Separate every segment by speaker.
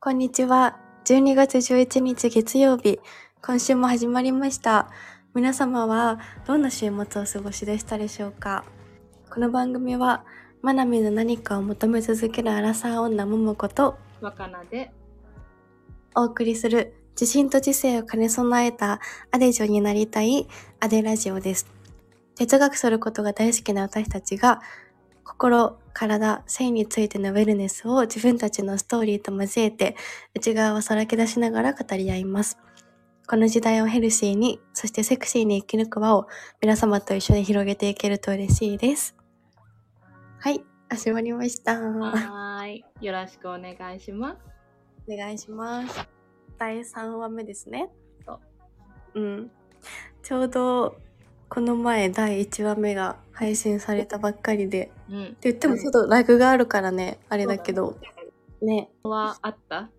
Speaker 1: こんにちは。12月11日月曜日、今週も始まりました。皆様はどんな週末をお過ごしでしたでしょうかこの番組は、まなみの何かを求め続けるアラサー女ももこと
Speaker 2: 若菜で
Speaker 1: お送りする自信と知性を兼ね備えたアデジョになりたいアデラジオです。哲学することが大好きな私たちが心、体、性についてのウェルネスを自分たちのストーリーと交えて内側をさらけ出しながら語り合います。この時代をヘルシーに、そしてセクシーに生き抜く輪を皆様と一緒に広げていけると嬉しいです。はい、始まりました。お
Speaker 2: はーいよろしくお願いします
Speaker 1: 願いします。第3話目ですね。
Speaker 2: そう
Speaker 1: うん、ちょうどこの前第1話目が配信されたばっかりで
Speaker 2: うん
Speaker 1: って言ってもちょっとラグがあるからねあれだけどね
Speaker 2: はあった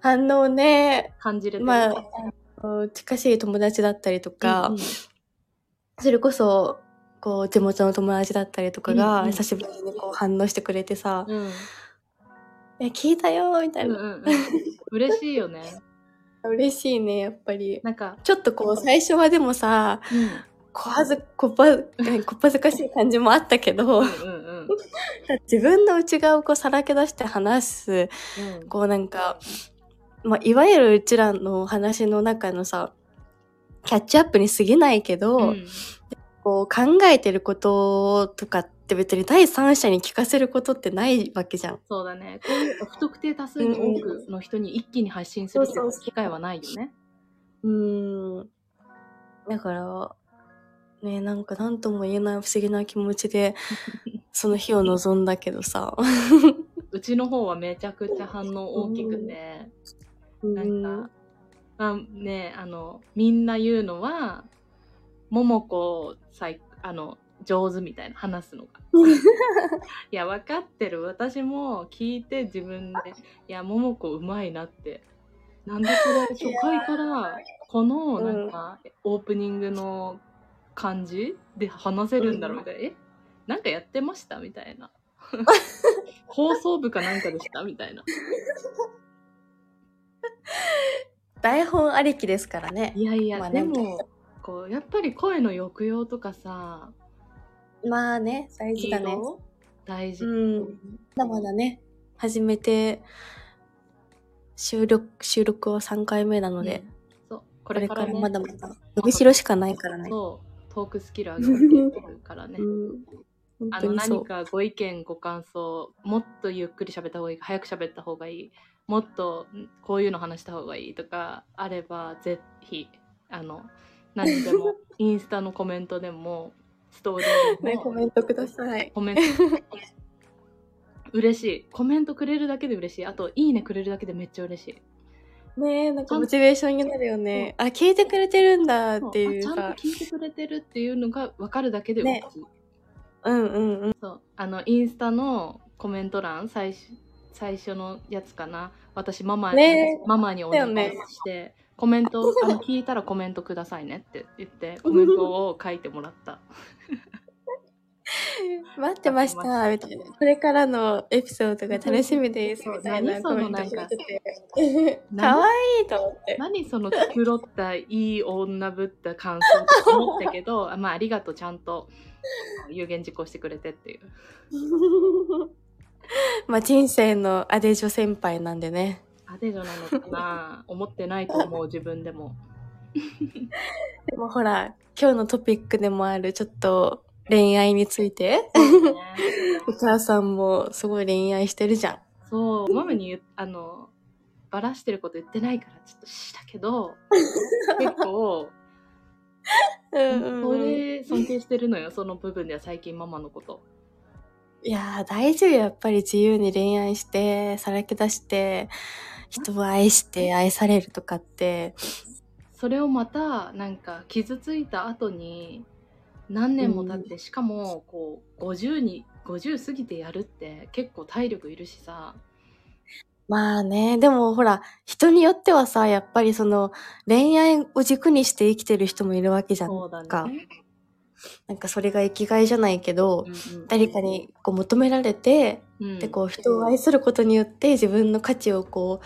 Speaker 1: 反応ね
Speaker 2: 感じるという
Speaker 1: まあ
Speaker 2: か
Speaker 1: あの近しい友達だったりとか、
Speaker 2: うんうん
Speaker 1: それこそこう地元の友達だったりとかが
Speaker 2: うんうん
Speaker 1: 久しぶりにこう反応してくれてさ
Speaker 2: うん
Speaker 1: 「え聞いたよ」みたい
Speaker 2: うん
Speaker 1: な、
Speaker 2: うんうん 嬉しいよね
Speaker 1: 嬉しいねやっぱり。
Speaker 2: なんか、
Speaker 1: ちょっとこう最初はでもさこはずこっぱ こっぱずかしい感じもあったけど
Speaker 2: うんうんうんうん
Speaker 1: 自分の内側をこうさらけ出して話す
Speaker 2: うん
Speaker 1: こうなんか、まあ、いわゆるうちらの話の中のさキャッチアップに過ぎないけど、
Speaker 2: うん
Speaker 1: こう考えてることとかって別に第三者に聞かせることってないわけじゃん。
Speaker 2: そうだねこういう不特定多数の多くの人に一気に発信するっていう機会はないよね
Speaker 1: うんだからねなんか何とも言えない不思議な気持ち でその日を望んだけどさ。
Speaker 2: うちの方はめちゃくちゃ反応大きくてなんか、あねあの、みんな言うのは、ももこ最、あの、上手みたいな、話すの が。いや、分かってる。私も聞いて自分で、いや、ももこうまいなって。なんでこれ、初回から、この、
Speaker 1: うん
Speaker 2: なんか、オープニングの感じで話せるんだろうみたいな。えなんかやってましたみたい な。放送部かなんかでしたみたいな。
Speaker 1: 台本ありきですからね。
Speaker 2: いやいや、
Speaker 1: まあね
Speaker 2: でもこうやっぱり声の抑揚とかさ
Speaker 1: まあね大事だね。
Speaker 2: 色々大事、
Speaker 1: うん、まだまだね始めて収録収録は3回目なので、
Speaker 2: そうこ
Speaker 1: こ
Speaker 2: れ
Speaker 1: れ
Speaker 2: か,、
Speaker 1: からら
Speaker 2: ね、
Speaker 1: まだまだ伸びしろしかないからね。
Speaker 2: そうトークスキル上げていくからね
Speaker 1: うん、本
Speaker 2: あ
Speaker 1: 当
Speaker 2: の
Speaker 1: にそ
Speaker 2: 何
Speaker 1: う。
Speaker 2: かご意見ご感想もっとゆっくり喋った方がいい早く喋った方がいいもっとんこういうの話した方がいいとかあればぜひあの何 でもインスタのコメントでもストーリーで
Speaker 1: ね、
Speaker 2: も
Speaker 1: コメントください。
Speaker 2: コメント。 嬉しい。コメントくれるだけで嬉しい。あと、いいねくれるだけでめっちゃ嬉しい。
Speaker 1: ねえ、なんかモチベーションになるよね。あ、聞いてくれてるんだっていう
Speaker 2: あちゃん
Speaker 1: さ
Speaker 2: と。聞いてくれてるっていうのが分かるだけで嬉しい。
Speaker 1: うん うんうん。
Speaker 2: そう。あの、インスタのコメント欄、最初最初のやつかな。私、ママに、
Speaker 1: ね
Speaker 2: ママにお願いして、コメント、あの聞いたらコメントくださいねって言って、コメントを書いてもらった。
Speaker 1: 待ってました、みたいな。これからのエピソードが楽しみです、
Speaker 2: そう
Speaker 1: みたいな
Speaker 2: 何そ
Speaker 1: コ
Speaker 2: の
Speaker 1: メントくれてて。
Speaker 2: なんか
Speaker 1: かわいいと思って。
Speaker 2: 何そのくろったいい女ぶった感想と思ったけ どあまあありがとうちゃんと有言実行してくれてっていう
Speaker 1: まあ人生のアデジョ先輩なんでね。
Speaker 2: アデジョなのかな思ってないと思う自分 でも
Speaker 1: でもほら、今日のトピックでもあるちょっと恋愛について、
Speaker 2: そう,、ね、
Speaker 1: お母さんもすごい恋愛してるじゃん。
Speaker 2: そうママに言うあのバラしてること言ってないからちょっとした けど結構
Speaker 1: う
Speaker 2: それ尊敬してるのよその部分では最近ママのこと
Speaker 1: いやー大事よやっぱり自由に恋愛してさらけ出して人を愛して愛されるとかって
Speaker 2: それをまたなんか傷ついた後に何年も経って、しかもこう50に50過ぎてやるって結構体力いるしさ
Speaker 1: まあねでもほら人によってはさやっぱりその恋愛を軸にして生きてる人もいるわけじゃん
Speaker 2: そうだね
Speaker 1: なんかそれが生きがいじゃないけど、
Speaker 2: うんうん
Speaker 1: 誰かにこう求められて、
Speaker 2: うん
Speaker 1: でこう人を愛することによって自分の価値をこ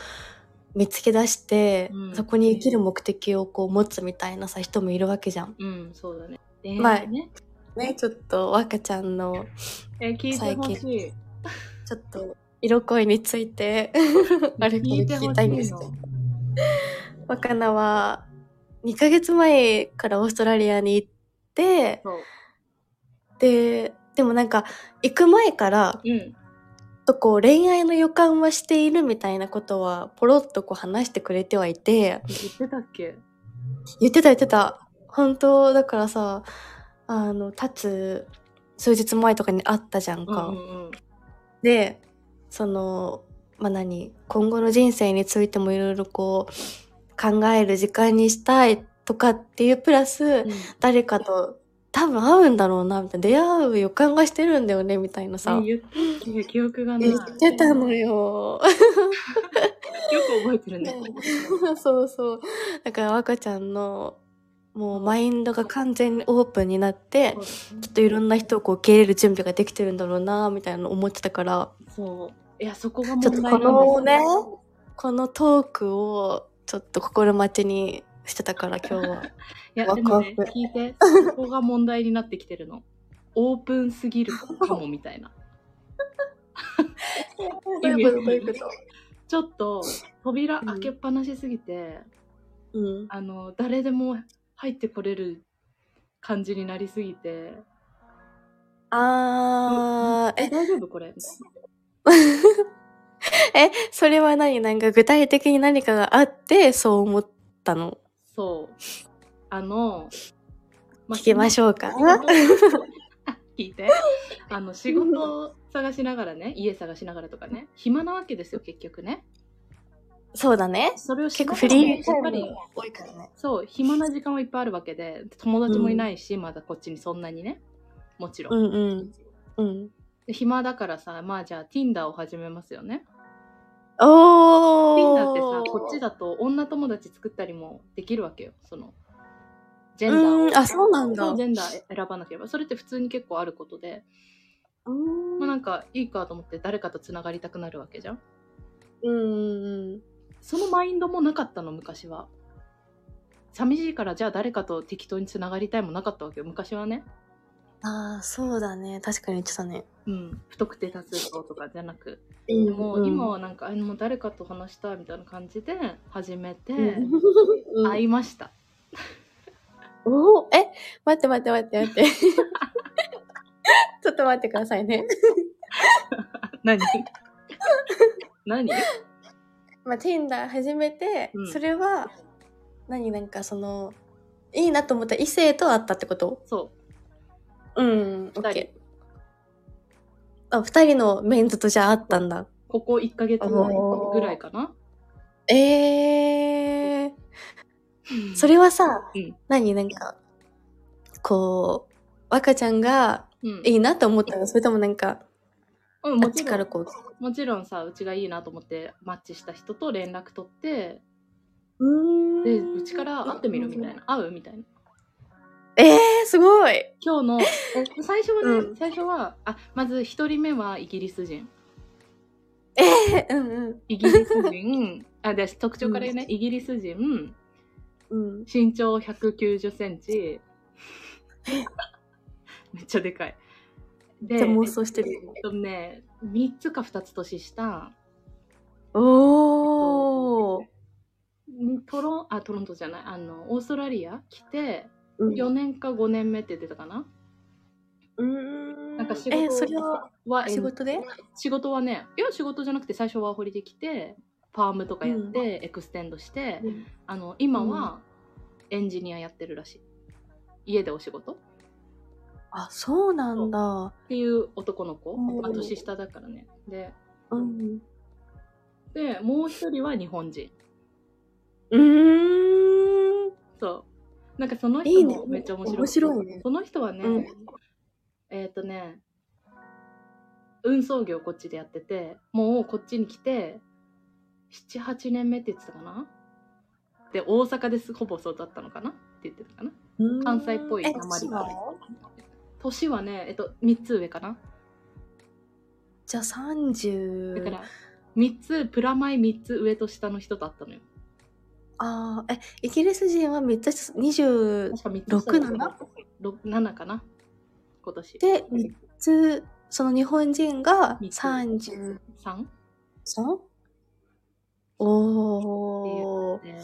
Speaker 1: う見つけ出して、
Speaker 2: うん
Speaker 1: そこに生きる目的をこう持つみたいなさ人もいるわけじゃん。
Speaker 2: うん、そうだね。
Speaker 1: まあ
Speaker 2: 恋愛ね、
Speaker 1: ねちょっと若ちゃんの
Speaker 2: え聞いてほしい。
Speaker 1: ちょっと色恋についてあれこれ
Speaker 2: 聞いてほしい
Speaker 1: 聞
Speaker 2: の
Speaker 1: きたいんですけど若菜は2ヶ月前からオーストラリアに行って
Speaker 2: そう。
Speaker 1: ででもなんか行く前から
Speaker 2: うん。
Speaker 1: ちょっとこう恋愛の予感はしているみたいなことはポロッとこう話してくれてはいて
Speaker 2: 言ってたっけ
Speaker 1: 言ってた言ってた本当だからさあの立つ数日前とかに会ったじゃん
Speaker 2: うんう
Speaker 1: か、
Speaker 2: んうん。
Speaker 1: でそのまあ何今後の人生についてもいろいろこう考える時間にしたいとかっていうプラス誰かと多分会うんだろうなみたいな出会う予感がしてるんだよねみたいなさ、
Speaker 2: ね言ってたっけ記憶がな
Speaker 1: 言
Speaker 2: い。よ
Speaker 1: ってたのよ。
Speaker 2: く覚えてる ね。
Speaker 1: そうそう。だから赤ちゃんのもうマインドが完全にオープンになって、きっといろんな人をこう受け入れる準備ができてるんだろうなみたいなの思ってたから、
Speaker 2: そう。いや、そこが問
Speaker 1: ちょ
Speaker 2: 題
Speaker 1: っ
Speaker 2: な
Speaker 1: と
Speaker 2: ん
Speaker 1: このね
Speaker 2: ですよ、
Speaker 1: このトークをちょっと心待ちにしてたから今日は。
Speaker 2: いや、
Speaker 1: ワ
Speaker 2: で
Speaker 1: クワ
Speaker 2: も
Speaker 1: ク
Speaker 2: ね、聞いて、 そこが問題になってきてるの。オープンすぎるかもみたいな。
Speaker 1: どういうことどういうこと
Speaker 2: ちょっと、扉開けっぱなしすぎて、
Speaker 1: うん。
Speaker 2: あの、誰でも入ってこれる感じになりすぎて、
Speaker 1: あー、
Speaker 2: え、大丈夫これみたいな
Speaker 1: え、え、それは何なんか具体的に何かがあってそう思ったの
Speaker 2: そう。あの、
Speaker 1: 聞きま
Speaker 2: ょ
Speaker 1: しょうか。
Speaker 2: う。 聞いて。あの、仕事を探しながらね、家探しながらとかね、暇なわけですよ、結局ね。
Speaker 1: そうだね。
Speaker 2: それを
Speaker 1: 結
Speaker 2: しな
Speaker 1: 構
Speaker 2: が
Speaker 1: フ
Speaker 2: らね
Speaker 1: リータイ
Speaker 2: やっぱ
Speaker 1: ム
Speaker 2: り
Speaker 1: が多いからね。
Speaker 2: そう、暇な時間はいっぱいあるわけで、友達もいないし、まだこっちにそんなにね、もちろ。
Speaker 1: うんんうん。うん。
Speaker 2: で暇だからさ、まあじゃあ Tinder を始めますよね。
Speaker 1: お
Speaker 2: Tinder
Speaker 1: ー
Speaker 2: ってさ、こっちだと女友達作ったりもできるわけよ、その、ジェンダーを
Speaker 1: うん、あ、そうなんだ。
Speaker 2: そううジェンダー選ばなければ、それって普通に結構あることで、
Speaker 1: ん
Speaker 2: まあ、なんかいいかと思って誰かとつながりたくなるわけじゃん。
Speaker 1: うん。
Speaker 2: そのマインドもなかったの、昔は。寂しいからじゃあ誰かと適当につながりたいもなかったわけよ、昔はね。
Speaker 1: ああ、そうだね。確かに言ってたね。
Speaker 2: うん、不特定多数党とかじゃなく
Speaker 1: で
Speaker 2: でも、今はなんかあもう誰かと話したいみたいな感じで始めて、会いました
Speaker 1: おーえ、待って待って待って待って。 ちょっと待ってくださいね。
Speaker 2: 何 何
Speaker 1: まあ、Tinder 始めて、
Speaker 2: うん
Speaker 1: それは、何なんかその、いいなと思った異性と会ったってこと
Speaker 2: そう
Speaker 1: うん、オッ
Speaker 2: 二人
Speaker 1: ケー。あ、二人のメンズとじゃあ会ったんだ。
Speaker 2: ここ1ヶ月ぐらいかな
Speaker 1: えー、それはさ、
Speaker 2: うん
Speaker 1: 何なんか、こう、若ちゃんが
Speaker 2: うん
Speaker 1: いいなと思ったのそれともなんか、
Speaker 2: うん、
Speaker 1: あ
Speaker 2: も
Speaker 1: っ
Speaker 2: ち
Speaker 1: ち
Speaker 2: ろ
Speaker 1: から
Speaker 2: ん
Speaker 1: こう、
Speaker 2: もちろんさうちがいいなと思ってマッチした人と連絡取って
Speaker 1: う
Speaker 2: でうちから会ってみるみたい
Speaker 1: な。
Speaker 2: な会うみたいな
Speaker 1: えー、すごい
Speaker 2: 今日のえ最初はね、
Speaker 1: うん
Speaker 2: 最初はあまず1人目はイギリス人
Speaker 1: えうん
Speaker 2: イギリス 人あで特徴から言うね、イギリス人
Speaker 1: うん。うん。
Speaker 2: 身長190セン チめっちゃでかいで
Speaker 1: じゃあ妄想してる。
Speaker 2: えっとね3つか2つ年下
Speaker 1: おー。
Speaker 2: んトロンあトロントじゃないあのオーストラリア来て
Speaker 1: うん
Speaker 2: 4年か5年目って言ってたかな、
Speaker 1: うーん。
Speaker 2: なんか仕事
Speaker 1: え、それは
Speaker 2: は
Speaker 1: 仕事で
Speaker 2: 仕事はねいや仕事じゃなくて最初ワーホリで来てファームとかやって、
Speaker 1: う
Speaker 2: エクステンドして、あの今はエンジニアやってるらしい家でお仕事
Speaker 1: あ、そうなんだ。
Speaker 2: っていう男の子、
Speaker 1: うん
Speaker 2: まあ年下だからねで
Speaker 1: うん。
Speaker 2: でもう一人は日本人
Speaker 1: うーん。
Speaker 2: そうなんかその
Speaker 1: いい
Speaker 2: 人
Speaker 1: ね
Speaker 2: もめっちゃ面白い
Speaker 1: 面白いね
Speaker 2: その人はね、
Speaker 1: うん
Speaker 2: えっ、とね運送業こっちでやっててもうこっちに来て78年目って言ってたかなで大阪ですほぼそうだったのかなって言ってたかな関西っぽい
Speaker 1: え
Speaker 2: 訛りがある
Speaker 1: そう
Speaker 2: 年はね、えっと、3つ上かな。
Speaker 1: じゃあ30。
Speaker 2: だから、3つ、プラマイ3つ上と下の人だったのよ。
Speaker 1: ああ、え、イギリス人はめっちゃ20
Speaker 2: 確か3つ下だった
Speaker 1: 六
Speaker 2: 6, 7かな今年。
Speaker 1: で、3つ、その日本人が
Speaker 2: 三つ
Speaker 1: 33?
Speaker 2: 3?
Speaker 1: おお。
Speaker 2: ね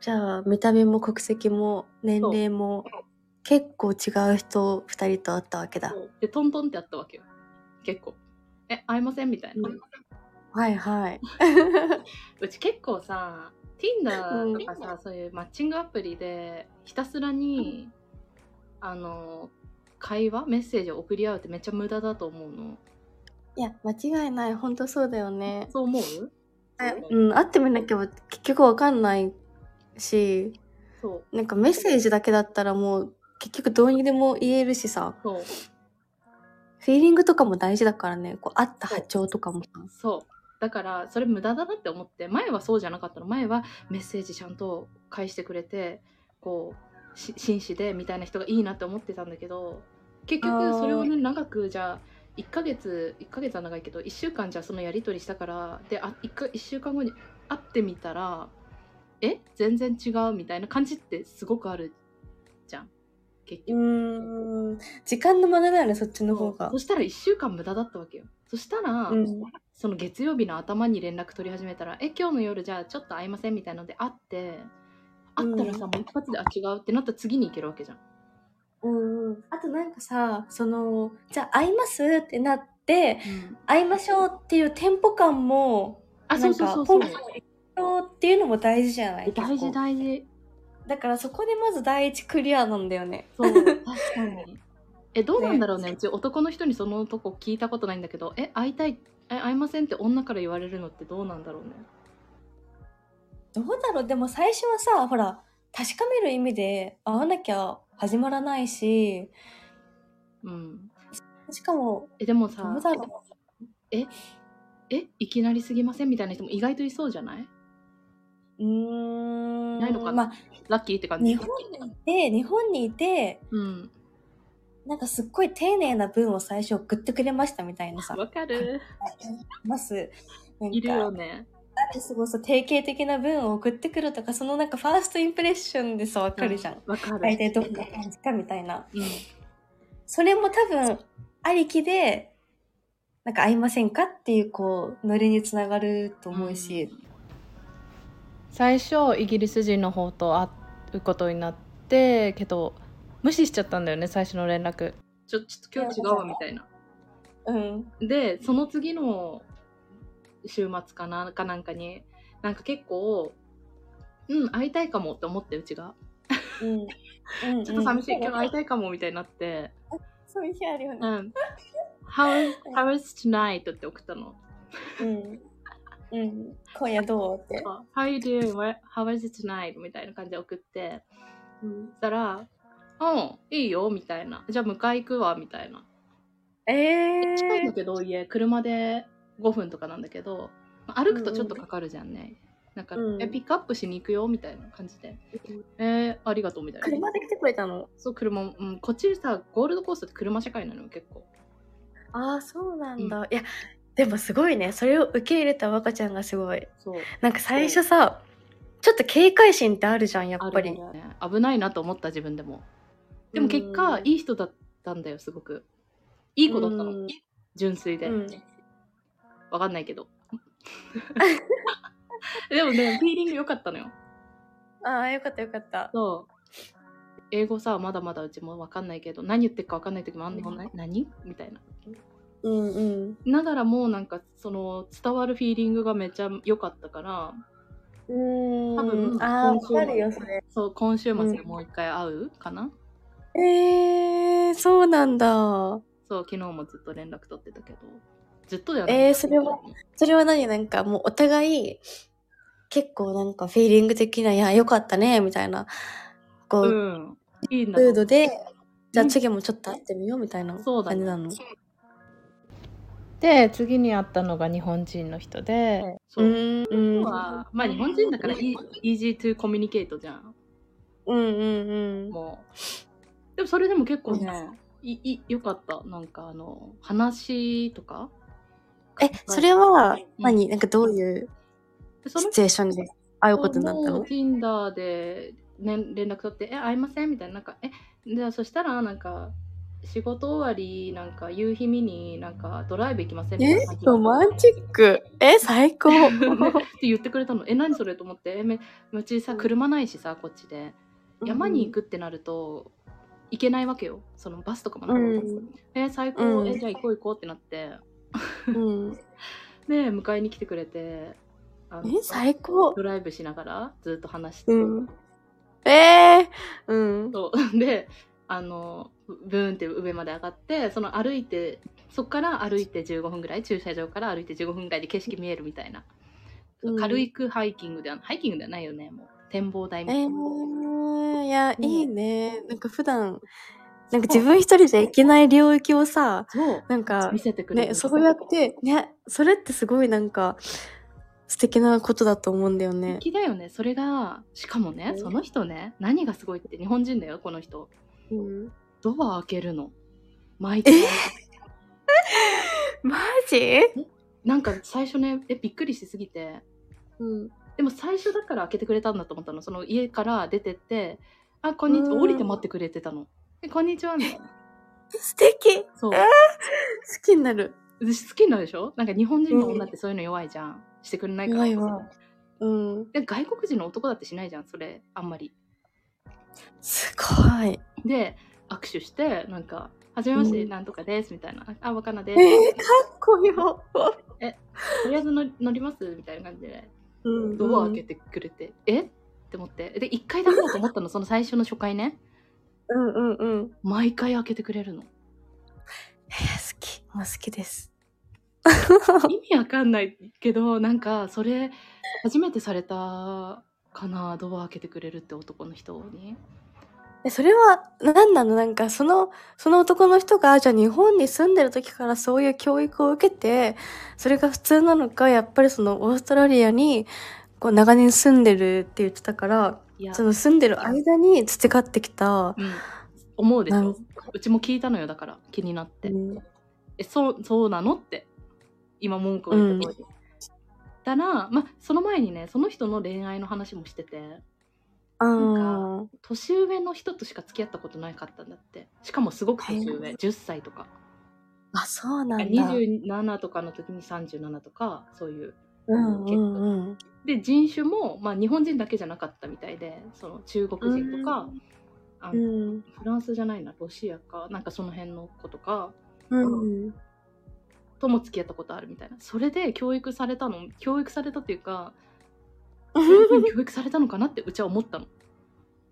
Speaker 1: じゃあ、見た目も国籍も年齢も結構違う人2人と会ったわけだ。
Speaker 2: そうで、トントンってやったわけよ。結構。え、会えませんみたいな。
Speaker 1: うんはいはい。
Speaker 2: うち結構さ Tinder とか
Speaker 1: う
Speaker 2: さ、そういうマッチングアプリでひたすらに、あの会話メッセージを送り合うってめっちゃ無駄だと思うの
Speaker 1: いや、間違いない。ほんとそうだよね。
Speaker 2: そう思う
Speaker 1: うん、会ってみなきゃ結局わかんないし、
Speaker 2: そう
Speaker 1: なんかメッセージだけだったらもう結局どうにでも言えるしさ、
Speaker 2: そう
Speaker 1: フィーリングとかも大事だからね、こう会った波長とかもさ。
Speaker 2: そうだからそれ無駄だなって思って前はそうじゃなかったの前はメッセージちゃんと返してくれてこうし紳士でみたいな人がいいなって思ってたんだけど結局それをね長くじゃあ1ヶ月1ヶ月は長いけど1週間じゃあそのやり取りしたからであ 1, か1週間後に会ってみたらえ全然違うみたいな感じってすごくあるじゃん結
Speaker 1: う
Speaker 2: 局。
Speaker 1: ーん、時間の無駄だよね、そっちの方が
Speaker 2: そ。したら1週間無駄だったわけよそしたら、
Speaker 1: うん
Speaker 2: その月曜日の頭に連絡取り始めたら「え今日の夜じゃあちょっと会いません」みたいなので会って会ったらさ、
Speaker 1: うん
Speaker 2: もう一発で「あ違う」ってなったら次に行けるわけじゃん。
Speaker 1: うんうん。あとなんかさ、その、じゃあ会いますってなって、会いましょうっていうテンポ感も、
Speaker 2: あ
Speaker 1: な
Speaker 2: そ
Speaker 1: ん
Speaker 2: う
Speaker 1: か
Speaker 2: そうそう
Speaker 1: ポ
Speaker 2: そ
Speaker 1: ン
Speaker 2: う
Speaker 1: ポン行こうっていうのも大事じゃない
Speaker 2: 大事
Speaker 1: だ。
Speaker 2: 大事
Speaker 1: だからそこでまず第一クリアなんだよね。
Speaker 2: そう確かにえどうなんだろうね
Speaker 1: ね
Speaker 2: うち男の人にそのとこ聞いたことないんだけど「え会いたいえ会いません」って女から言われるのってどうなんだろうね
Speaker 1: どうだろうでも最初はさほら確かめる意味で会わなきゃ始まらないし
Speaker 2: うん
Speaker 1: しかも
Speaker 2: えでも
Speaker 1: ど
Speaker 2: さ
Speaker 1: うだろ
Speaker 2: えいきなりすぎませんみたいな人も意外といそうじゃないう
Speaker 1: うーん
Speaker 2: ないのか
Speaker 1: まあ
Speaker 2: ラッキーって感じ
Speaker 1: 日本にいて日本にいて
Speaker 2: うん
Speaker 1: なんかすっごい丁寧な文を最初送ってくれましたみたいなさ
Speaker 2: わかる。
Speaker 1: ますなんか
Speaker 2: いるよね。
Speaker 1: なんですごいそう定型的な文を送ってくるとかそのなんかファーストインプレッションでさ分かるじゃん、
Speaker 2: わかる。
Speaker 1: 大体どんな感じかみたいな
Speaker 2: うん
Speaker 1: それも多分ありきでなんか合いませんかっていうこうノリにつながると思うし、
Speaker 2: 最初イギリス人の方と会うことになってけど無視しちゃったんだよね最初の連絡ちょちょっと今日違うわみたいな
Speaker 1: うん、
Speaker 2: でその次の週末かなかなんかになんか結構うん会いたいかもって思ってうちが
Speaker 1: うん、うん、
Speaker 2: ちょっと寂しい、今日会い
Speaker 1: い。
Speaker 2: たいかもみたいになって
Speaker 1: そういう日あるよ
Speaker 2: う
Speaker 1: ね。
Speaker 2: ん How is, how is tonight? って送ったの
Speaker 1: うん。うん、今夜どうって。
Speaker 2: あ How you doing? Where- How is it tonight? みたいな感じで送って
Speaker 1: うん
Speaker 2: そしたら「うんいいよ」みたいな「じゃあ迎え行くわ」みたいな、
Speaker 1: ええ
Speaker 2: 近いんだ
Speaker 1: ー。
Speaker 2: けど家車で5分とかなんだけどまあ歩くとちょっとかかるじゃんね、なんか、
Speaker 1: うん
Speaker 2: えピックアップしに行くよみたいな感じで「えー、ありがとう」みたいな
Speaker 1: 車で来てくれたの。
Speaker 2: そう車も、うん、こっちさゴールドコーストって車社会なのよ結構
Speaker 1: ああ、そうなんだ。いや、でもすごいね。それを受け入れた若ちゃんがすごい。
Speaker 2: そう
Speaker 1: なんか最初さ、ちょっと警戒心ってあるじゃん、や
Speaker 2: あ
Speaker 1: っ
Speaker 2: る
Speaker 1: ぱ
Speaker 2: ある
Speaker 1: り。
Speaker 2: ね危ないなと思った自分でもでも結果
Speaker 1: うん
Speaker 2: いい人だったんだよすごくいい子だった
Speaker 1: うん
Speaker 2: の純粋で、
Speaker 1: うん
Speaker 2: わかんないけど。 でもね、フィーリング良かったのよ。
Speaker 1: ああ、よかったよかった。
Speaker 2: そう。英語さ、まだまだうちもわかんないけど、何言ってるかわかんない時もあんねん、
Speaker 1: うん
Speaker 2: 何みたいな。
Speaker 1: うんうん。
Speaker 2: ながらも、なんか、その、伝わるフィーリングがめちゃ良かったから、
Speaker 1: うーん。
Speaker 2: 多分
Speaker 1: ああ、わ
Speaker 2: 今週
Speaker 1: かるよ、それ。
Speaker 2: そう、今週末にもう一回会うかな、
Speaker 1: ええー、そうなんだ。
Speaker 2: そう、昨日もずっと連絡取ってたけど、ずっとだよ
Speaker 1: えーそれは。それは何なんかもうお互い結構なんかフィーリング的な、いや、良かったね、みたいな、こ
Speaker 2: う
Speaker 1: う、
Speaker 2: ん。いいんだろう
Speaker 1: ムードで、じゃあ
Speaker 2: うん
Speaker 1: 次もちょっと会ってみようみたいな
Speaker 2: そうだ
Speaker 1: 感
Speaker 2: ね
Speaker 1: じなの。
Speaker 2: で、次に会ったのが日本人の人で、そう。
Speaker 1: ん、う
Speaker 2: 今
Speaker 1: ん
Speaker 2: 日はまあ日本人だからイージートゥコミュニケートじゃん
Speaker 1: うんうんうん。
Speaker 2: もうでもそれでも結構ねいいよかったなんかあの話とか
Speaker 1: え、それは、何、なんかどういう
Speaker 2: でそ
Speaker 1: シ
Speaker 2: の
Speaker 1: チュエーションで会うことになった
Speaker 2: もう
Speaker 1: の
Speaker 2: Tinder で、ね、連絡取って「え会いません?」みたいななんか「えじゃあそしたらなんか仕事終わりなんか夕日見になんかドライブ行きません?」みたいな
Speaker 1: え
Speaker 2: 感じだった
Speaker 1: ロマンチック。え、最高。
Speaker 2: って言ってくれたの「え何それ?」と思ってえめうちさ車ないしさこっちで 山に行くってなると行けないわけよそのバスとかもなくて、
Speaker 1: うん
Speaker 2: え最高、
Speaker 1: うん
Speaker 2: えじゃあ行こう行こうってなって
Speaker 1: うん。
Speaker 2: で迎えに来てくれてあの
Speaker 1: え、最高。
Speaker 2: ドライブしながらずっと話して、
Speaker 1: うん。えー、うん。
Speaker 2: そう であのブーンって上まで上がってその歩いてそっから歩いて15分ぐらい駐車場から歩いて15分ぐらいで景色見えるみたいな、
Speaker 1: うん
Speaker 2: 軽いくハイキングではハイキングではないよねもう展望台み
Speaker 1: え
Speaker 2: たいな、
Speaker 1: ー、いや、いいね。なんか普段、なんか自分一人じゃいけない領域をさ、
Speaker 2: そう
Speaker 1: なんか
Speaker 2: 見、せてくれる
Speaker 1: ね、そうやって、ね、それってすごいなんか、素敵なことだと思うんだよ
Speaker 2: 素
Speaker 1: ね。
Speaker 2: 敵だよねそれがしかもね
Speaker 1: うん
Speaker 2: その人ね何がすごいって日本人だよこの人
Speaker 1: うん、
Speaker 2: ドア開けるの毎回
Speaker 1: マジ
Speaker 2: なんか最初ねえびっくりしすぎて
Speaker 1: うん。
Speaker 2: でも最初だから開けてくれたんだと思ったのその家から出てって「あこんにちは
Speaker 1: うん
Speaker 2: 降りて待ってくれてたの」えこんにちは」みたいな
Speaker 1: 素敵
Speaker 2: そう
Speaker 1: 好きになる。
Speaker 2: 私好きになるでしょなんか日本人の女ってそういうの弱いじゃんしてくれないから
Speaker 1: 弱いわうん。
Speaker 2: で外国人の男だってしないじゃんそれあんまり
Speaker 1: すご い。
Speaker 2: で握手してなんか「はじめまして、
Speaker 1: うん
Speaker 2: なんとかです」みたいな「あ若菜で
Speaker 1: えー、
Speaker 2: す」
Speaker 1: かっこよ。
Speaker 2: とりあえず乗り乗りますみたいな感じで
Speaker 1: うん
Speaker 2: ドア開けてくれて、えって思ってで1回だけだと思ったのその最初の初回ね
Speaker 1: うんうんうん。
Speaker 2: 毎回開けてくれ るの
Speaker 1: えー、好き。もう好きです。
Speaker 2: 意味わかんないけどなんかそれ初めてされたかなドア開けてくれるって男の人に
Speaker 1: えそれは何なのなんかそのその男の人がじゃあ日本に住んでる時からそういう教育を受けてそれが普通なのかやっぱりそのオーストラリアにこう長年住んでるって言ってたから
Speaker 2: いや
Speaker 1: その住んでる間に培ってきた、
Speaker 2: うん、思うでし
Speaker 1: なん
Speaker 2: ょうちも聞いたのよだから気になって、
Speaker 1: うん
Speaker 2: えそうそうなのって今文句を言った通り、だら、まあ、その前にねその人の恋愛の話もしてて
Speaker 1: あ
Speaker 2: な
Speaker 1: ー
Speaker 2: 年上の人としか付き合ったことなかったんだってしかもすごく年上、
Speaker 1: へえ
Speaker 2: 10歳とか
Speaker 1: あそうなんだ。
Speaker 2: 27とかの時に37とかそういう
Speaker 1: うんうんうん
Speaker 2: で人種も、まあ、日本人だけじゃなかったみたいでその中国人とか、あ
Speaker 1: う
Speaker 2: の
Speaker 1: ん
Speaker 2: フランスじゃないなロシアかなんかその辺の子とか
Speaker 1: うん
Speaker 2: とも付き合ったことあるみたいなそれで教育されたの教育されたってい うかそういうふうに教育されたのかなってうちは思ったの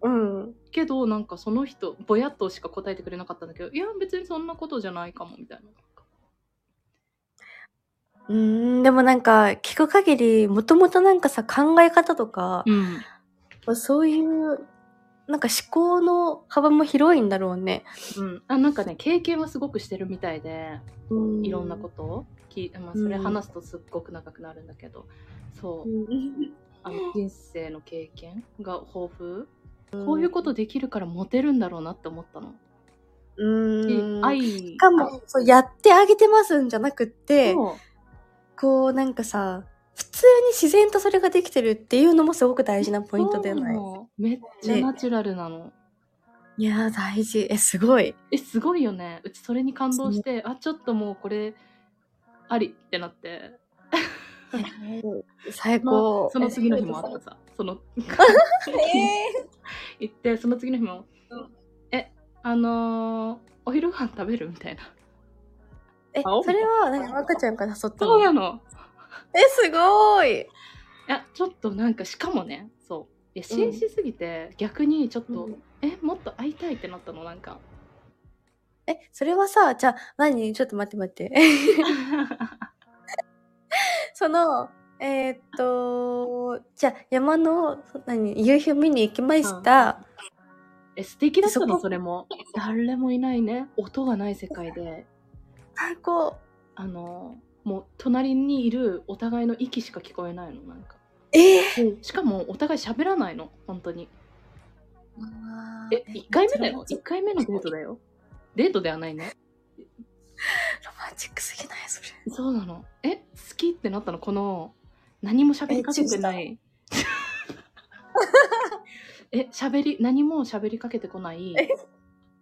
Speaker 1: うん
Speaker 2: けどなんかその人ぼやっとしか答えてくれなかったんだけどいや別にそんなことじゃないかもみたいな
Speaker 1: うーんでもなんか聞く限りもともとなんかさ考え方とか、
Speaker 2: うん
Speaker 1: そういうなんか思考の幅も広いんだろうね。。
Speaker 2: うん、あなんかね経験はすごくしてるみたいでいろんなこととをき、まあ、
Speaker 1: うん
Speaker 2: それ話すとすっごく長くなるんだけど、そうあの人生の経験が豊富、こういうことできるからモテるんだろうなって思ったの。
Speaker 1: うん。
Speaker 2: で愛し
Speaker 1: しかもそうやってあげてますんじゃなくって
Speaker 2: そ
Speaker 1: こうなんかさ普通に自然とそれができてるっていうのもすごく大事な
Speaker 2: う
Speaker 1: ポイントだよ
Speaker 2: そうな
Speaker 1: ね。
Speaker 2: のめっちゃナチュラルなの。
Speaker 1: いやー大事。えすごい。
Speaker 2: えすごいよねうちそれに感動してあちょっともうこれありってなって
Speaker 1: 最
Speaker 2: まあ
Speaker 1: 高。
Speaker 2: その次の日もあったさ その
Speaker 1: え
Speaker 2: 行ってその次の日も「
Speaker 1: うん
Speaker 2: えあのーお昼ご飯食べる?」みたいな。
Speaker 1: ーえ
Speaker 2: 青
Speaker 1: それはなんか赤ちゃんから誘った
Speaker 2: そうな
Speaker 1: の
Speaker 2: の
Speaker 1: えすごい。
Speaker 2: いやちょっとなんかしかもねそういや紳士すぎて、逆にちょっと、
Speaker 1: うん
Speaker 2: えもっと会いたいってなったのなんか
Speaker 1: え、それはさ、じゃあ、何ちょっと待って待って。その、えーっと、じゃあ、山の、そ何、夕日を見に行きました。
Speaker 2: え素敵だった
Speaker 1: そ
Speaker 2: の
Speaker 1: こ
Speaker 2: それも誰もいないね音がない世界で
Speaker 1: 最高。
Speaker 2: あのもう隣にいるお互いの息しか聞こえないのなんか
Speaker 1: えー、
Speaker 2: しかもお互い喋らないの本当に
Speaker 1: うわー
Speaker 2: え1回目だよ
Speaker 1: それ
Speaker 2: 1回目のデートだよデートではないね。
Speaker 1: ロマンチックすぎないそれ。
Speaker 2: そうなの。え、好きってなったのこの、何も喋りかけてない。 え、喋り、何も喋りかけてこない。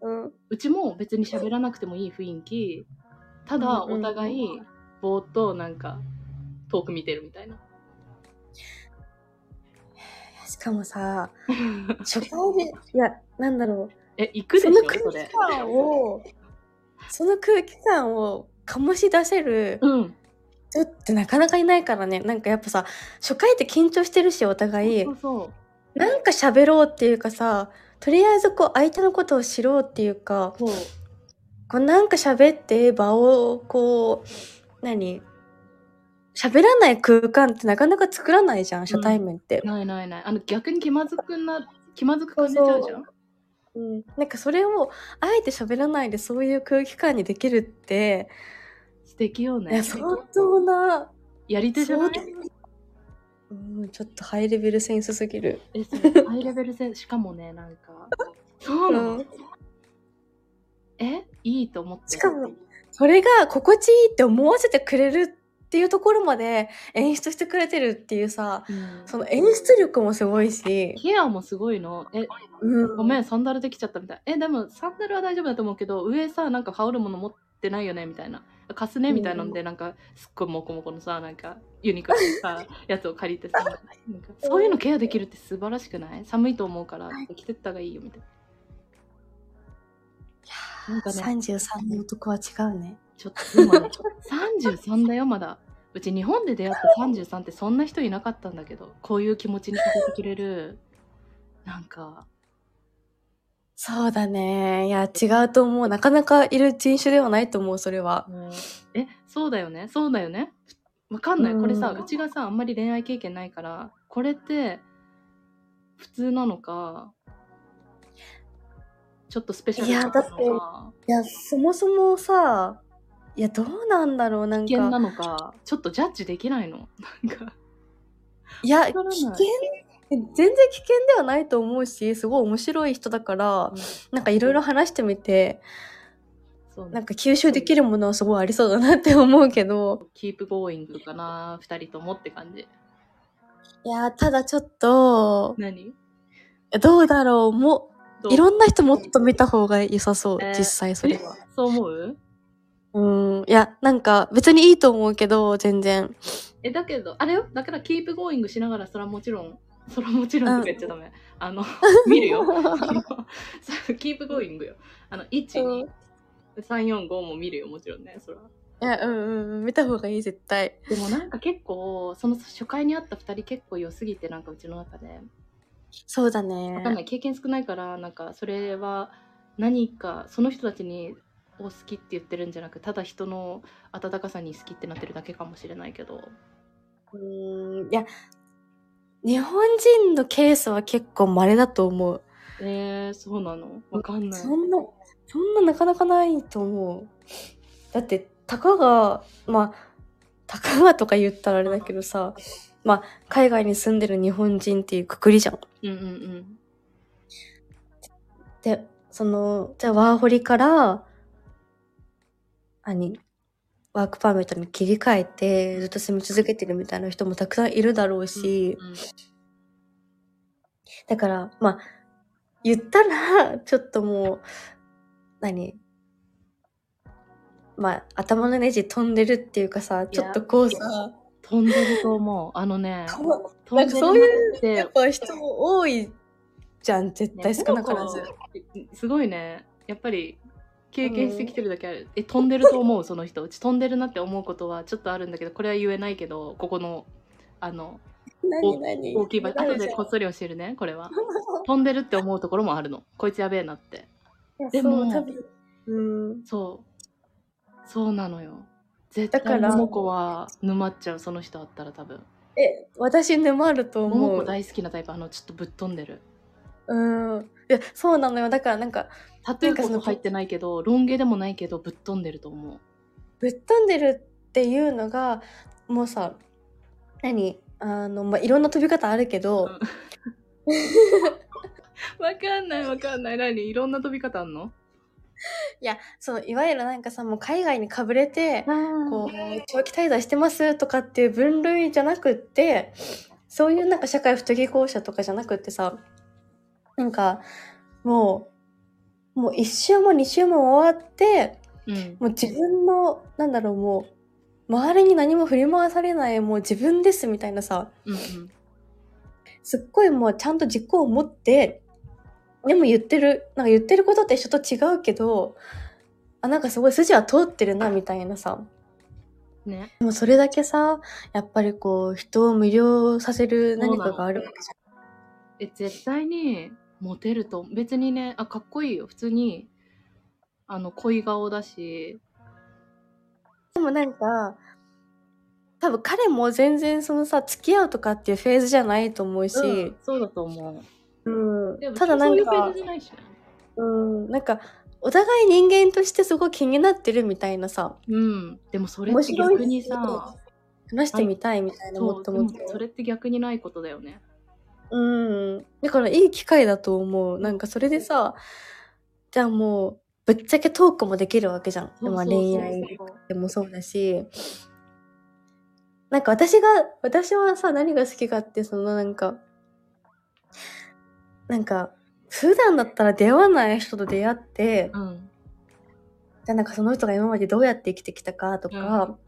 Speaker 1: うん。
Speaker 2: うちも別に喋らなくてもいい雰囲気。ただ、
Speaker 1: うんうん
Speaker 2: お互い、ぼーっとなんか、遠く見てるみ たいな。
Speaker 1: しかもさ、初回で、いや、なんだろ
Speaker 2: え、行
Speaker 1: う。
Speaker 2: くでし
Speaker 1: そ
Speaker 2: ょ
Speaker 1: の空
Speaker 2: そ
Speaker 1: 気。
Speaker 2: れ
Speaker 1: 感を、その空気感を醸し出せる
Speaker 2: うん。
Speaker 1: 人ってなかなかいないからね。なんかやっぱさ、初回って緊張してるし、お互い
Speaker 2: そ。うそう。
Speaker 1: なんか喋ろうっていうかさ、とりあえずこう相手のことを知ろうっていうか、
Speaker 2: そう
Speaker 1: こうなんか喋って場をこう何喋らない空間ってなかなか作らないじゃん初対面って、
Speaker 2: ないないない。あの、逆に気まずくな、気まずく感じちゃうじゃん。
Speaker 1: うんなんかそれをあえて喋らないでそういう空気感にできるって、
Speaker 2: 素敵よ
Speaker 1: い
Speaker 2: ね
Speaker 1: や。相当な
Speaker 2: やり手じゃ
Speaker 1: 相
Speaker 2: ない
Speaker 1: 当なうん、ちょっとハイレベルセンスすぎる、
Speaker 2: え、そうハイレベル戦、しかもね、なんか、そうなの、
Speaker 1: うん
Speaker 2: え、いいと思って。
Speaker 1: しかも、それが心地いいって思わせてくれるっていうところまで演出してくれてるっていうさ
Speaker 2: うん、
Speaker 1: その演出力もすごいし、
Speaker 2: ケアもすごいの。え、
Speaker 1: うん、
Speaker 2: ごめん、サンダルできちゃったみたい。え、でも、サンダルは大丈夫だと思うけど、上さ、なんか羽織るもの持ってないよねみたいな。貸すねみたいなので、なんか、すっごいモコモコのさ、なんか、ユニクロの さ、やつを借りてさ、なんかそういうのケアできるって素晴らしくない寒いと思うから、着てった方がいいよみたいな。なんかね、
Speaker 1: 33の男は違うね。
Speaker 2: ちょっと今ね、33だよ、まだ。うち日本で出会った33ってそんな人いなかったんだけど、こういう気持ちにさせてくれる、なんか、
Speaker 1: そうだね。いや、違うと思う。なかなかいる人種ではないと思う、それは。
Speaker 2: え、そうだよね、そうだよね。わかんない。
Speaker 1: うん
Speaker 2: これさ、うちがさ、あんまり恋愛経験ないから、これって、普通なのか、ちょっとスペシャルなの
Speaker 1: いや
Speaker 2: か、
Speaker 1: いや、そもそもさ、いや、どうなんだろう、なん
Speaker 2: 危険な
Speaker 1: か。
Speaker 2: のか、ちょっとジャッジできないの。 なんか、
Speaker 1: いや、危
Speaker 2: からない
Speaker 1: 険、全然危険ではないと思うし、すごい面白い人だから、なんかいろいろ話してみて、
Speaker 2: そう
Speaker 1: な
Speaker 2: ね
Speaker 1: んか吸収できるものはすごいありそうだなって思うけど。
Speaker 2: キープゴーイングかな、二人ともって感じ。
Speaker 1: いや、ただちょっと、
Speaker 2: 何
Speaker 1: どうだろう、も
Speaker 2: ど
Speaker 1: う、
Speaker 2: う
Speaker 1: いろんな人もっと見た方が良さそう、
Speaker 2: えー
Speaker 1: 実際それは。
Speaker 2: そう思う
Speaker 1: うん。いや、なんか、別にいいと思うけど、全然。
Speaker 2: え、だけど、あれよだから、キープゴーイングしながら、それはもちろん、それはもちろんとか言っちゃダメ。あの、 見るよ。あのそうキープゴーイングよ。あの、1、
Speaker 1: うん
Speaker 2: 2、3、4、5も見るよ、もちろんね、それは。
Speaker 1: いや、うんうんうん。見た方がいい、絶対。
Speaker 2: でもなんか結構、その初回に会った2人結構良すぎて、なんかうちの中で。
Speaker 1: そうだ
Speaker 2: わかんな
Speaker 1: ね。
Speaker 2: い、経験少ないから、なんか、それは何か、その人たちに、を好きって言ってるんじゃなくただ人の温かさに好きってなってるだけかもしれないけど
Speaker 1: うん。いや、日本人のケースは結構稀だと思う。
Speaker 2: えー、そうなのわかんない
Speaker 1: そんな、そんななかなかないと思う。だって、たかが、まあ、たかがとか言ったらあれだけどさ、まあ、海外に住んでる日本人っていうくくりじゃん。
Speaker 2: うんうんうん
Speaker 1: で、その、じゃあワーホリから、何ワークパーミットに切り替えて、ずっと住み続けてるみたいな人もたくさんいるだろうし、
Speaker 2: うん
Speaker 1: だから、まあ、言ったら、ちょっともう、何まあ、頭のネジ飛んでるっていうかさ、ちょっとこうさ、
Speaker 2: 飛んでると思う。あのね、
Speaker 1: 顔
Speaker 2: 飛
Speaker 1: なん
Speaker 2: ん
Speaker 1: か
Speaker 2: で
Speaker 1: そういう
Speaker 2: るな
Speaker 1: や
Speaker 2: っ
Speaker 1: っぱ人多いじゃん、絶
Speaker 2: て、
Speaker 1: 対少なからず。
Speaker 2: ず。すごいね。やっぱり経験してきてるだけある。え、飛んでると思う、その人。うち飛んでるなって思うことはちょっとあるんだけど、これは言えないけど、ここの、あの、
Speaker 1: 何何
Speaker 2: 大きい場所、
Speaker 1: あ
Speaker 2: 後でこっそり教えるね、これ は。飛んでるって思うところもあるの。こいつやべえなって。でも
Speaker 1: そう多分うん
Speaker 2: そう。そうなのよ。絶
Speaker 1: だか
Speaker 2: 対、
Speaker 1: ら
Speaker 2: 桃子は沼っちゃう、その人あったら多分。
Speaker 1: え私沼ると
Speaker 2: 桃
Speaker 1: 思
Speaker 2: 子
Speaker 1: う
Speaker 2: 大好きなタイプ、あの、ちょっとぶっ飛んでる。
Speaker 1: うんいやそうなのよだからなんか
Speaker 2: タトゥーこそ入ってないけど、ロン毛でもないけど、ぶっ飛んでると思う。
Speaker 1: ぶっ飛んでるっていうのがもうさ何あの、まあ、いろんな飛び方あるけど、
Speaker 2: わかんないわかんない。何いろんな飛び方あんの
Speaker 1: いや、そう、いわゆるなんかさ、もう海外にかぶれて、こう、長期滞在してますとかっていう分類じゃなくって、そういうなんか社会不適合者とかじゃなくってさ、なんか、もう、もう一周も二周も終わって、
Speaker 2: うん
Speaker 1: もう自分の、なんだろう、もう、周りに何も振り回されない、もう自分ですみたいなさ、
Speaker 2: うん
Speaker 1: すっごいもうちゃんと軸を持って、でも言ってる、なんか言ってることって一緒と違うけど、あ、なんかすごい筋は通ってるな、みたいなさ。
Speaker 2: うんね
Speaker 1: でもそれだけさ、やっぱりこう、人を魅了させる何かがあるわけじ
Speaker 2: え絶対にモテると別にねあかっこいいよ普通にあの恋顔だし
Speaker 1: ゃん。でもなんか、多分彼も全然そのさ、付き合うとかっていうフェーズじゃないと思うし、
Speaker 2: うんそうだと思
Speaker 1: うん
Speaker 2: うでも
Speaker 1: ただな
Speaker 2: そうんいうフェー
Speaker 1: か
Speaker 2: ズ、じゃないしね
Speaker 1: うん、なんか、お互い人間としてすごい気になってるみたいなさ、
Speaker 2: うんでもそれっ
Speaker 1: 面
Speaker 2: て
Speaker 1: 白い
Speaker 2: 逆にさ
Speaker 1: 話してみたいみたいな、
Speaker 2: そ
Speaker 1: もっ
Speaker 2: う
Speaker 1: と
Speaker 2: で
Speaker 1: も
Speaker 2: も
Speaker 1: っと。
Speaker 2: それって逆にないことだよね
Speaker 1: うん。だからいい機会だと思う。なんかそれでさ、じゃあもう、ぶっちゃけトークもできるわけじゃん。
Speaker 2: そう
Speaker 1: まあ
Speaker 2: そうそう
Speaker 1: 恋愛でもそうだし。なんか私が、私はさ、何が好きかって、そのなんか、なんか、普段だったら出会わない人と出会って、
Speaker 2: うん
Speaker 1: じゃあなんかその人が今までどうやって生きてきたかとか、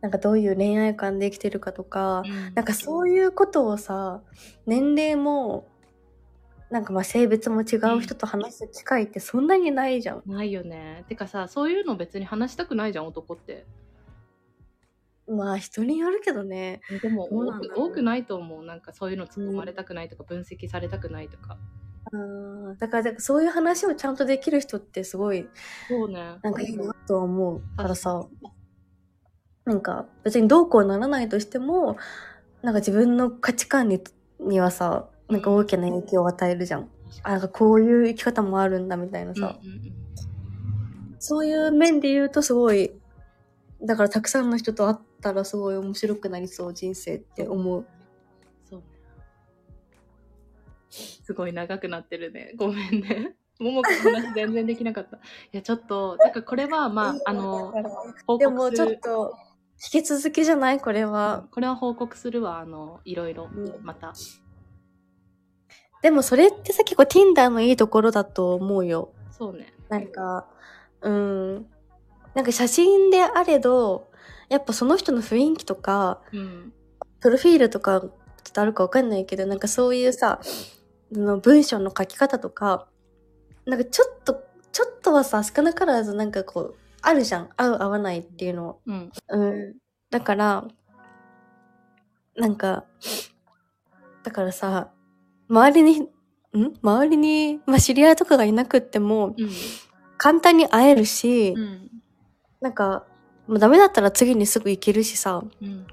Speaker 1: なんかどういう恋愛観で生きてるかとか、なんかそういうことをさ年齢もなんかまあ性別も違う人と話す機会ってそんなにないじゃん。
Speaker 2: ないよねてかさそういうの別に話したくないじゃん男って
Speaker 1: まあ人によるけどね。
Speaker 2: でも
Speaker 1: どう
Speaker 2: 多
Speaker 1: なんだ
Speaker 2: く
Speaker 1: ろう
Speaker 2: 多くないと思うなんかそういうの突っ込まれたくないとか、分析されたくないとか
Speaker 1: うんだからだからそういう話をちゃんとできる人ってすごい
Speaker 2: そうね
Speaker 1: なんかいいなとは思うからさなんか別にどうこうならないとしてもなんか自分の価値観ににはさなんか大きな影響を与えるじゃん。あなんかこういう生き方もあるんだみたいな
Speaker 2: うん
Speaker 1: さ。
Speaker 2: うんうん
Speaker 1: そういう面で言うとすごい、だからたくさんの人と会ったらすごい面白くなりそう、人生って思う。
Speaker 2: そうね。すごい長くなってるね。ごめんね。 ももこの話全然できなかった。いや、ちょっと、なんかこれは、まあ、あの、報
Speaker 1: で
Speaker 2: 告
Speaker 1: も
Speaker 2: す
Speaker 1: ちょっ
Speaker 2: る。
Speaker 1: と、引き続きじゃないこれは。
Speaker 2: これは報告するわ、あの、いろいろ
Speaker 1: う、ん
Speaker 2: また。
Speaker 1: でもそれってさ、結構 Tinder のいいところだと思うよ。
Speaker 2: そうね。
Speaker 1: なんか、うん。なんか写真であれど、やっぱその人の雰囲気とか、
Speaker 2: うん。
Speaker 1: プロフィールとか、ちょっとあるかわかんないけど、なんかそういうさ、あの文章の書き方とか、なんかちょっと、ちょっとはさ、少なからずなんかこう、あるじゃん。合う合わないっていうの。
Speaker 2: うん。
Speaker 1: うん。だから、なんか、だからさ、周りに、ん周りに、まあ、知り合いとかがいなくっても、
Speaker 2: うん。
Speaker 1: 簡単に会えるし、
Speaker 2: うん。
Speaker 1: なんか、もうダメだったら次にすぐ行けるしさ、
Speaker 2: うん。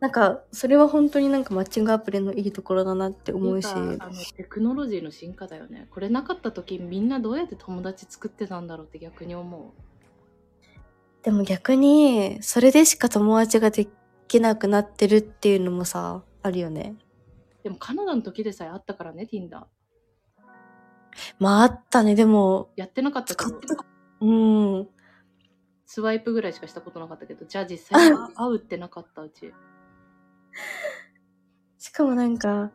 Speaker 1: なんか、それは本当になんかマッチングアプリのいいところだなって思うし。
Speaker 2: なんかあのテクノロジーの進化だよね。これなかった時みんなどうやって友達作ってたんだろうって逆に思
Speaker 1: でも逆に、それでしか友達ができなくなってるっていうのもさ、あるよね。
Speaker 2: う。でもカナダの時でさえあったからね、Tinder。
Speaker 1: まああったね、でも、
Speaker 2: やってなかったけ
Speaker 1: 使っ
Speaker 2: ど
Speaker 1: て。た。うん。
Speaker 2: スワイプぐらいしかしたことなかったけど、じゃあ実 際に会うってなかったうち。
Speaker 1: しかもなんか、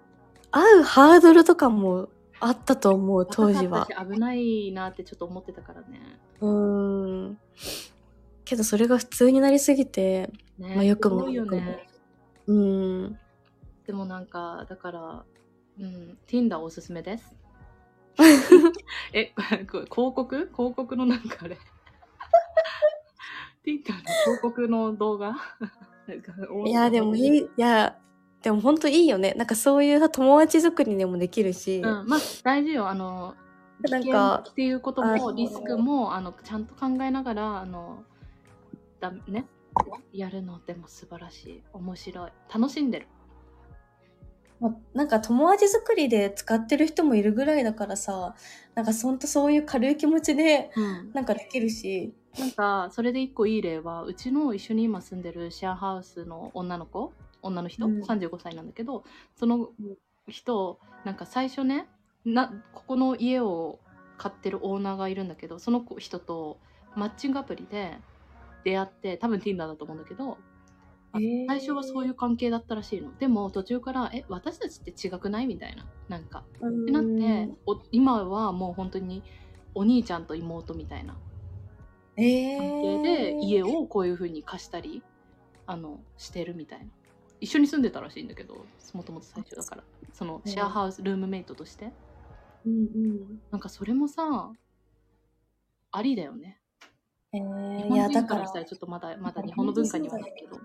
Speaker 1: 会うハードルとかもあったと思う、当時は
Speaker 2: 若。かったし危ないなってちょっと思ってたからね。
Speaker 1: うん。けどそれが普通になりすぎて、
Speaker 2: ね
Speaker 1: まあ良くも
Speaker 2: すごいよ
Speaker 1: 良くも
Speaker 2: ね。
Speaker 1: うん。
Speaker 2: でもなんか、だから、うん、Tinder おすすめです。 え、これこれ広告広告のなんかあれ。Tinder の広告の動 画なんか
Speaker 1: いや、でもいい、いや、でも本当いいよね。なんかそういうさ、友達作りでもできるし。
Speaker 2: うん、まあ大事よ。あの、
Speaker 1: な
Speaker 2: なん
Speaker 1: か
Speaker 2: んかっていうこと
Speaker 1: あの
Speaker 2: もリスクもあのちゃんと考えながらあのだねやるのでも素晴らしい面白い楽しんでる
Speaker 1: まなんか友達作りで使ってる人もいるぐらいだからさなんかそんとそういう軽い気持ちで
Speaker 2: うん、
Speaker 1: なんかできるし
Speaker 2: なんかそれで一個いい例はうちの一緒に今住んでるシェアハウスの女の子女の人、
Speaker 1: うん
Speaker 2: 35歳なんだけどその人なんか最初ねなここの家を買ってるオーナーがいるんだけどその子人とマッチングアプリで出会って多分 Tinder だと思うんだけどあ
Speaker 1: へー
Speaker 2: 最初はそういう関係だったらしいのでも途中から「え私たちって違くない?」みたいななんかってなってお今はもう本当にお兄ちゃんと妹みたいな
Speaker 1: て、え
Speaker 2: 関
Speaker 1: ー、
Speaker 2: 係で家をこういうふうに貸したりあのしてるみたいな一緒に住んでたらしいんだけどもともと最初だからその
Speaker 1: うん
Speaker 2: シェアハウスルームメイトとして
Speaker 1: うんうん
Speaker 2: なんかそれもさありだよね
Speaker 1: え
Speaker 2: 日
Speaker 1: ー、いや
Speaker 2: 本
Speaker 1: だ
Speaker 2: 人
Speaker 1: か
Speaker 2: から
Speaker 1: ら
Speaker 2: したらちょっとまだまだ日本の文化にはないけど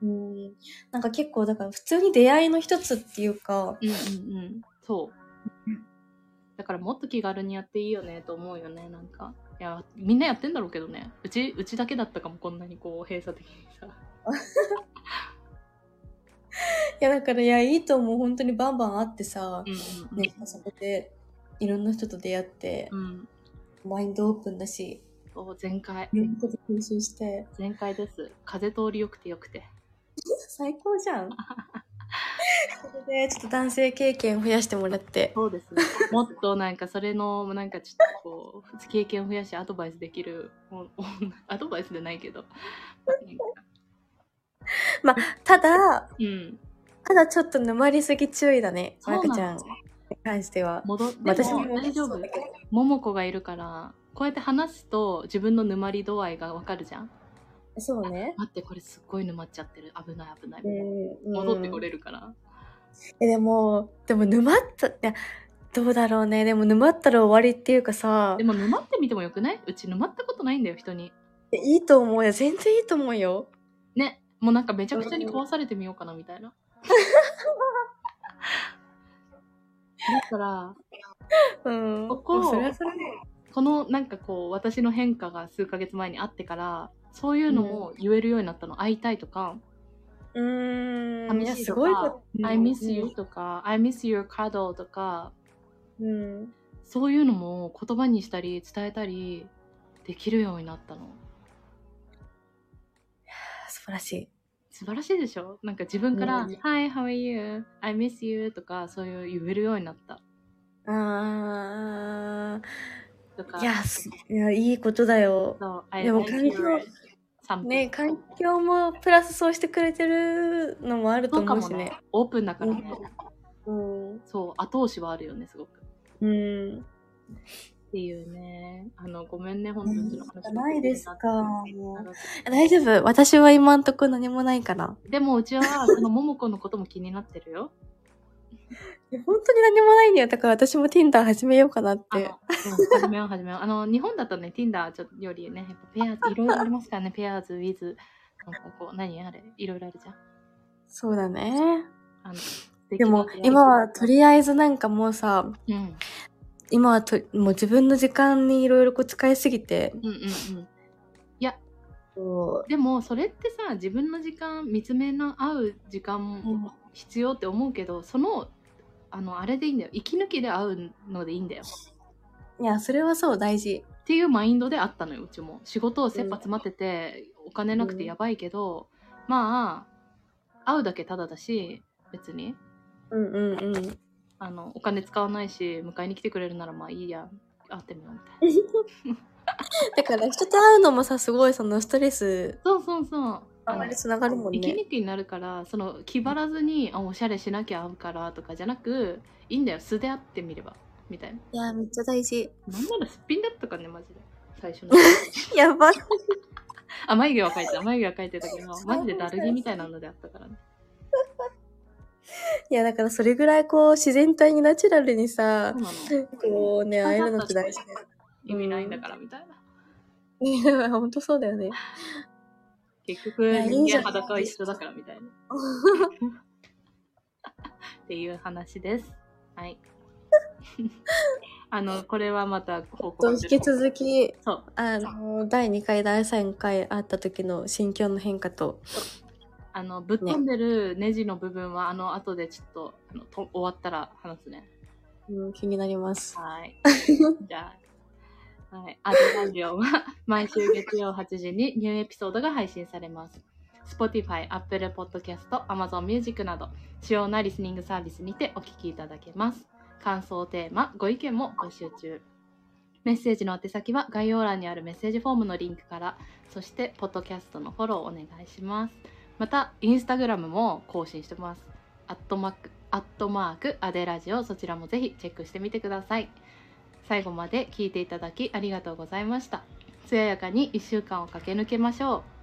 Speaker 1: うん、なんか結構だから普通に出会いの一つっていうか、
Speaker 2: うんうんうんそ
Speaker 1: う
Speaker 2: う
Speaker 1: ん
Speaker 2: だからもっと気軽にやっていいよねと思うよねなんかいやみんなやってんだろうけどねうちうちだけだったかもこんなにこう閉鎖的にさ
Speaker 1: いやだからいやいいと思う本当にバンバン会ってさ、
Speaker 2: うん
Speaker 1: ね、そこでいろんな人と出会って
Speaker 2: う、ん、うん、
Speaker 1: マインドオープンだし、
Speaker 2: そう全開
Speaker 1: いろんなこと吸収して、
Speaker 2: 全開です風通りよくてよくて
Speaker 1: 最高じ ゃん。それでちょっと男性経験増やしてもらって、
Speaker 2: そうですね もっとなんかそれのなんかちょっとこう経験を増やしアドバイスできるお 女アドバイスでないけどなんか
Speaker 1: ただ
Speaker 2: うん
Speaker 1: ただちょっと沼りすぎ注意だね、
Speaker 2: そう
Speaker 1: ま
Speaker 2: な
Speaker 1: ゆか
Speaker 2: んだ
Speaker 1: ちゃんに関しては。
Speaker 2: 戻でも
Speaker 1: 私も
Speaker 2: 大丈
Speaker 1: そ
Speaker 2: 夫
Speaker 1: うだけど
Speaker 2: 桃子がいるからこうやって話すと自分の沼り度合いがわかるじゃん
Speaker 1: そうね。
Speaker 2: 待ってこれすっごい沼っちゃってる危ない危ない、
Speaker 1: うん
Speaker 2: 戻ってこ
Speaker 1: うん
Speaker 2: れるから
Speaker 1: えでもでも沼ったってどうだろうねでも沼ったら終わりっていうかさ
Speaker 2: でも沼ってみてもよくないうち沼ったことないんだよ人に
Speaker 1: いいと思うよ全然いいと思うよ
Speaker 2: ねもうなんかめちゃくちゃに壊されてみようかなみたいなだから
Speaker 1: うん
Speaker 2: ここ
Speaker 1: もうそれはそれで
Speaker 2: このなんかこう私の変化が数ヶ月前にあってからそういうのも言えるようになったの、会いたいとか
Speaker 1: うーん
Speaker 2: 寂
Speaker 1: いや
Speaker 2: しい
Speaker 1: す
Speaker 2: と
Speaker 1: ごい
Speaker 2: か
Speaker 1: こ、
Speaker 2: I miss you とか、I miss your cuddle とか
Speaker 1: とうん
Speaker 2: そういうのも言葉にしたり伝えたりできるようになったの
Speaker 1: 素晴らしい
Speaker 2: 素晴らしいでしょなんか自分から「
Speaker 1: うん
Speaker 2: Hi, how are you? I miss you」とかそういう言えるようになった
Speaker 1: あ
Speaker 2: とか
Speaker 1: ーいやすいやいいことだよ
Speaker 2: そう I
Speaker 1: でも
Speaker 2: like
Speaker 1: 環境
Speaker 2: your something
Speaker 1: ね環境もプラスそうしてくれてるのもあると
Speaker 2: そう
Speaker 1: 思
Speaker 2: か
Speaker 1: う
Speaker 2: も
Speaker 1: し
Speaker 2: ね
Speaker 1: ね
Speaker 2: オープンだからね、
Speaker 1: うん
Speaker 2: そう後押しはあるよねすごく
Speaker 1: うん
Speaker 2: っていうねあのごめんね本当にうちの話
Speaker 1: ないですか
Speaker 2: 長く
Speaker 1: 大丈夫私は今んとこ何もないから
Speaker 2: でもうちはその桃子のことも気になってるよ。
Speaker 1: いや本当に何もないんだよ。だから私も Tinder 始めようかなっ
Speaker 2: あの
Speaker 1: て。
Speaker 2: うん始めよう始めよう。あの日本だとね Tinder ちょっとよりねやっぱペアーズいろいろありますからねペアーズ with なんかこう何あれいろいろあるじゃん。
Speaker 1: そうだね。
Speaker 2: あの素敵
Speaker 1: で
Speaker 2: な
Speaker 1: も
Speaker 2: 出会い
Speaker 1: 今はとりあえずなんかもうさ、
Speaker 2: うんうん
Speaker 1: 今はともう自分の時間にいろいろこう使いすぎて、
Speaker 2: うんうん。
Speaker 1: こ
Speaker 2: でもそれってさ自分の時間見つめな合う時間
Speaker 1: う
Speaker 2: も必要って思うけどそのあのあれでいいんだよ息抜きで会うのでいいんだよ。
Speaker 1: いや、それはそう大事。
Speaker 2: っていうマインドであったのようちも仕事を切羽詰まってて、お金なくてやばいけど、まあ会うだけタダだし別に
Speaker 1: うんうんうん。
Speaker 2: あのお金使わないし迎えに来てくれるならまあいいや会ってみようみたいな
Speaker 1: だから人と会うのもさ、すごいそのストレス、
Speaker 2: そうそうそう
Speaker 1: あんまりつながるもん
Speaker 2: 息
Speaker 1: ね。
Speaker 2: 抜きになるからその気張らずにあおしゃれしなきゃ会うからとかじゃなくいいんだよ素で会ってみればみたいない
Speaker 1: や、めっちゃ大事。
Speaker 2: なんならすっぴんだったからねマジで最初の
Speaker 1: やば。
Speaker 2: あ眉毛は描いてた眉毛は描いてたけどマジでダルギみたいなのであったからね
Speaker 1: いや、だからそれぐらいこう自然体にナチュラルに
Speaker 2: そ
Speaker 1: さ
Speaker 2: う、なの
Speaker 1: こうね、会えるのって大事だよ
Speaker 2: 意味ないんだからみたいな。
Speaker 1: ね。 いや、ほんとそうだよね。
Speaker 2: 結局
Speaker 1: やいい
Speaker 2: 人
Speaker 1: じゃ
Speaker 2: 間
Speaker 1: ん
Speaker 2: 裸は一緒だからみたいな。っていう話です。はい。 あのこれはまた報
Speaker 1: と
Speaker 2: 告
Speaker 1: 引き続き
Speaker 2: そう
Speaker 1: あの第2回第3回会った時の心境の変化と
Speaker 2: あのぶっ飛んでるネジの部分は、あの後でちょっとあのと終わったら話すね。
Speaker 1: うん気になります。
Speaker 2: はい。じゃあ、はい、アドラジオは毎週月曜8時にニューエピソードが配信されます。Spotify、Apple Podcast、Amazon Music など主要なリスニングサービスにてお聞きいただけます。感想テーマ、ご意見も募集中。メッセージの宛先は概要欄にあるメッセージフォームのリンクから、そして、ポッドキャストのフォローお願いします。また、インスタグラムも更新してます。アットマーク、アットマーク、アデラジオ、そちらもぜひチェックしてみてください。最後まで聞いていただきありがとうございました。艶やかに1週間を駆け抜けましょう。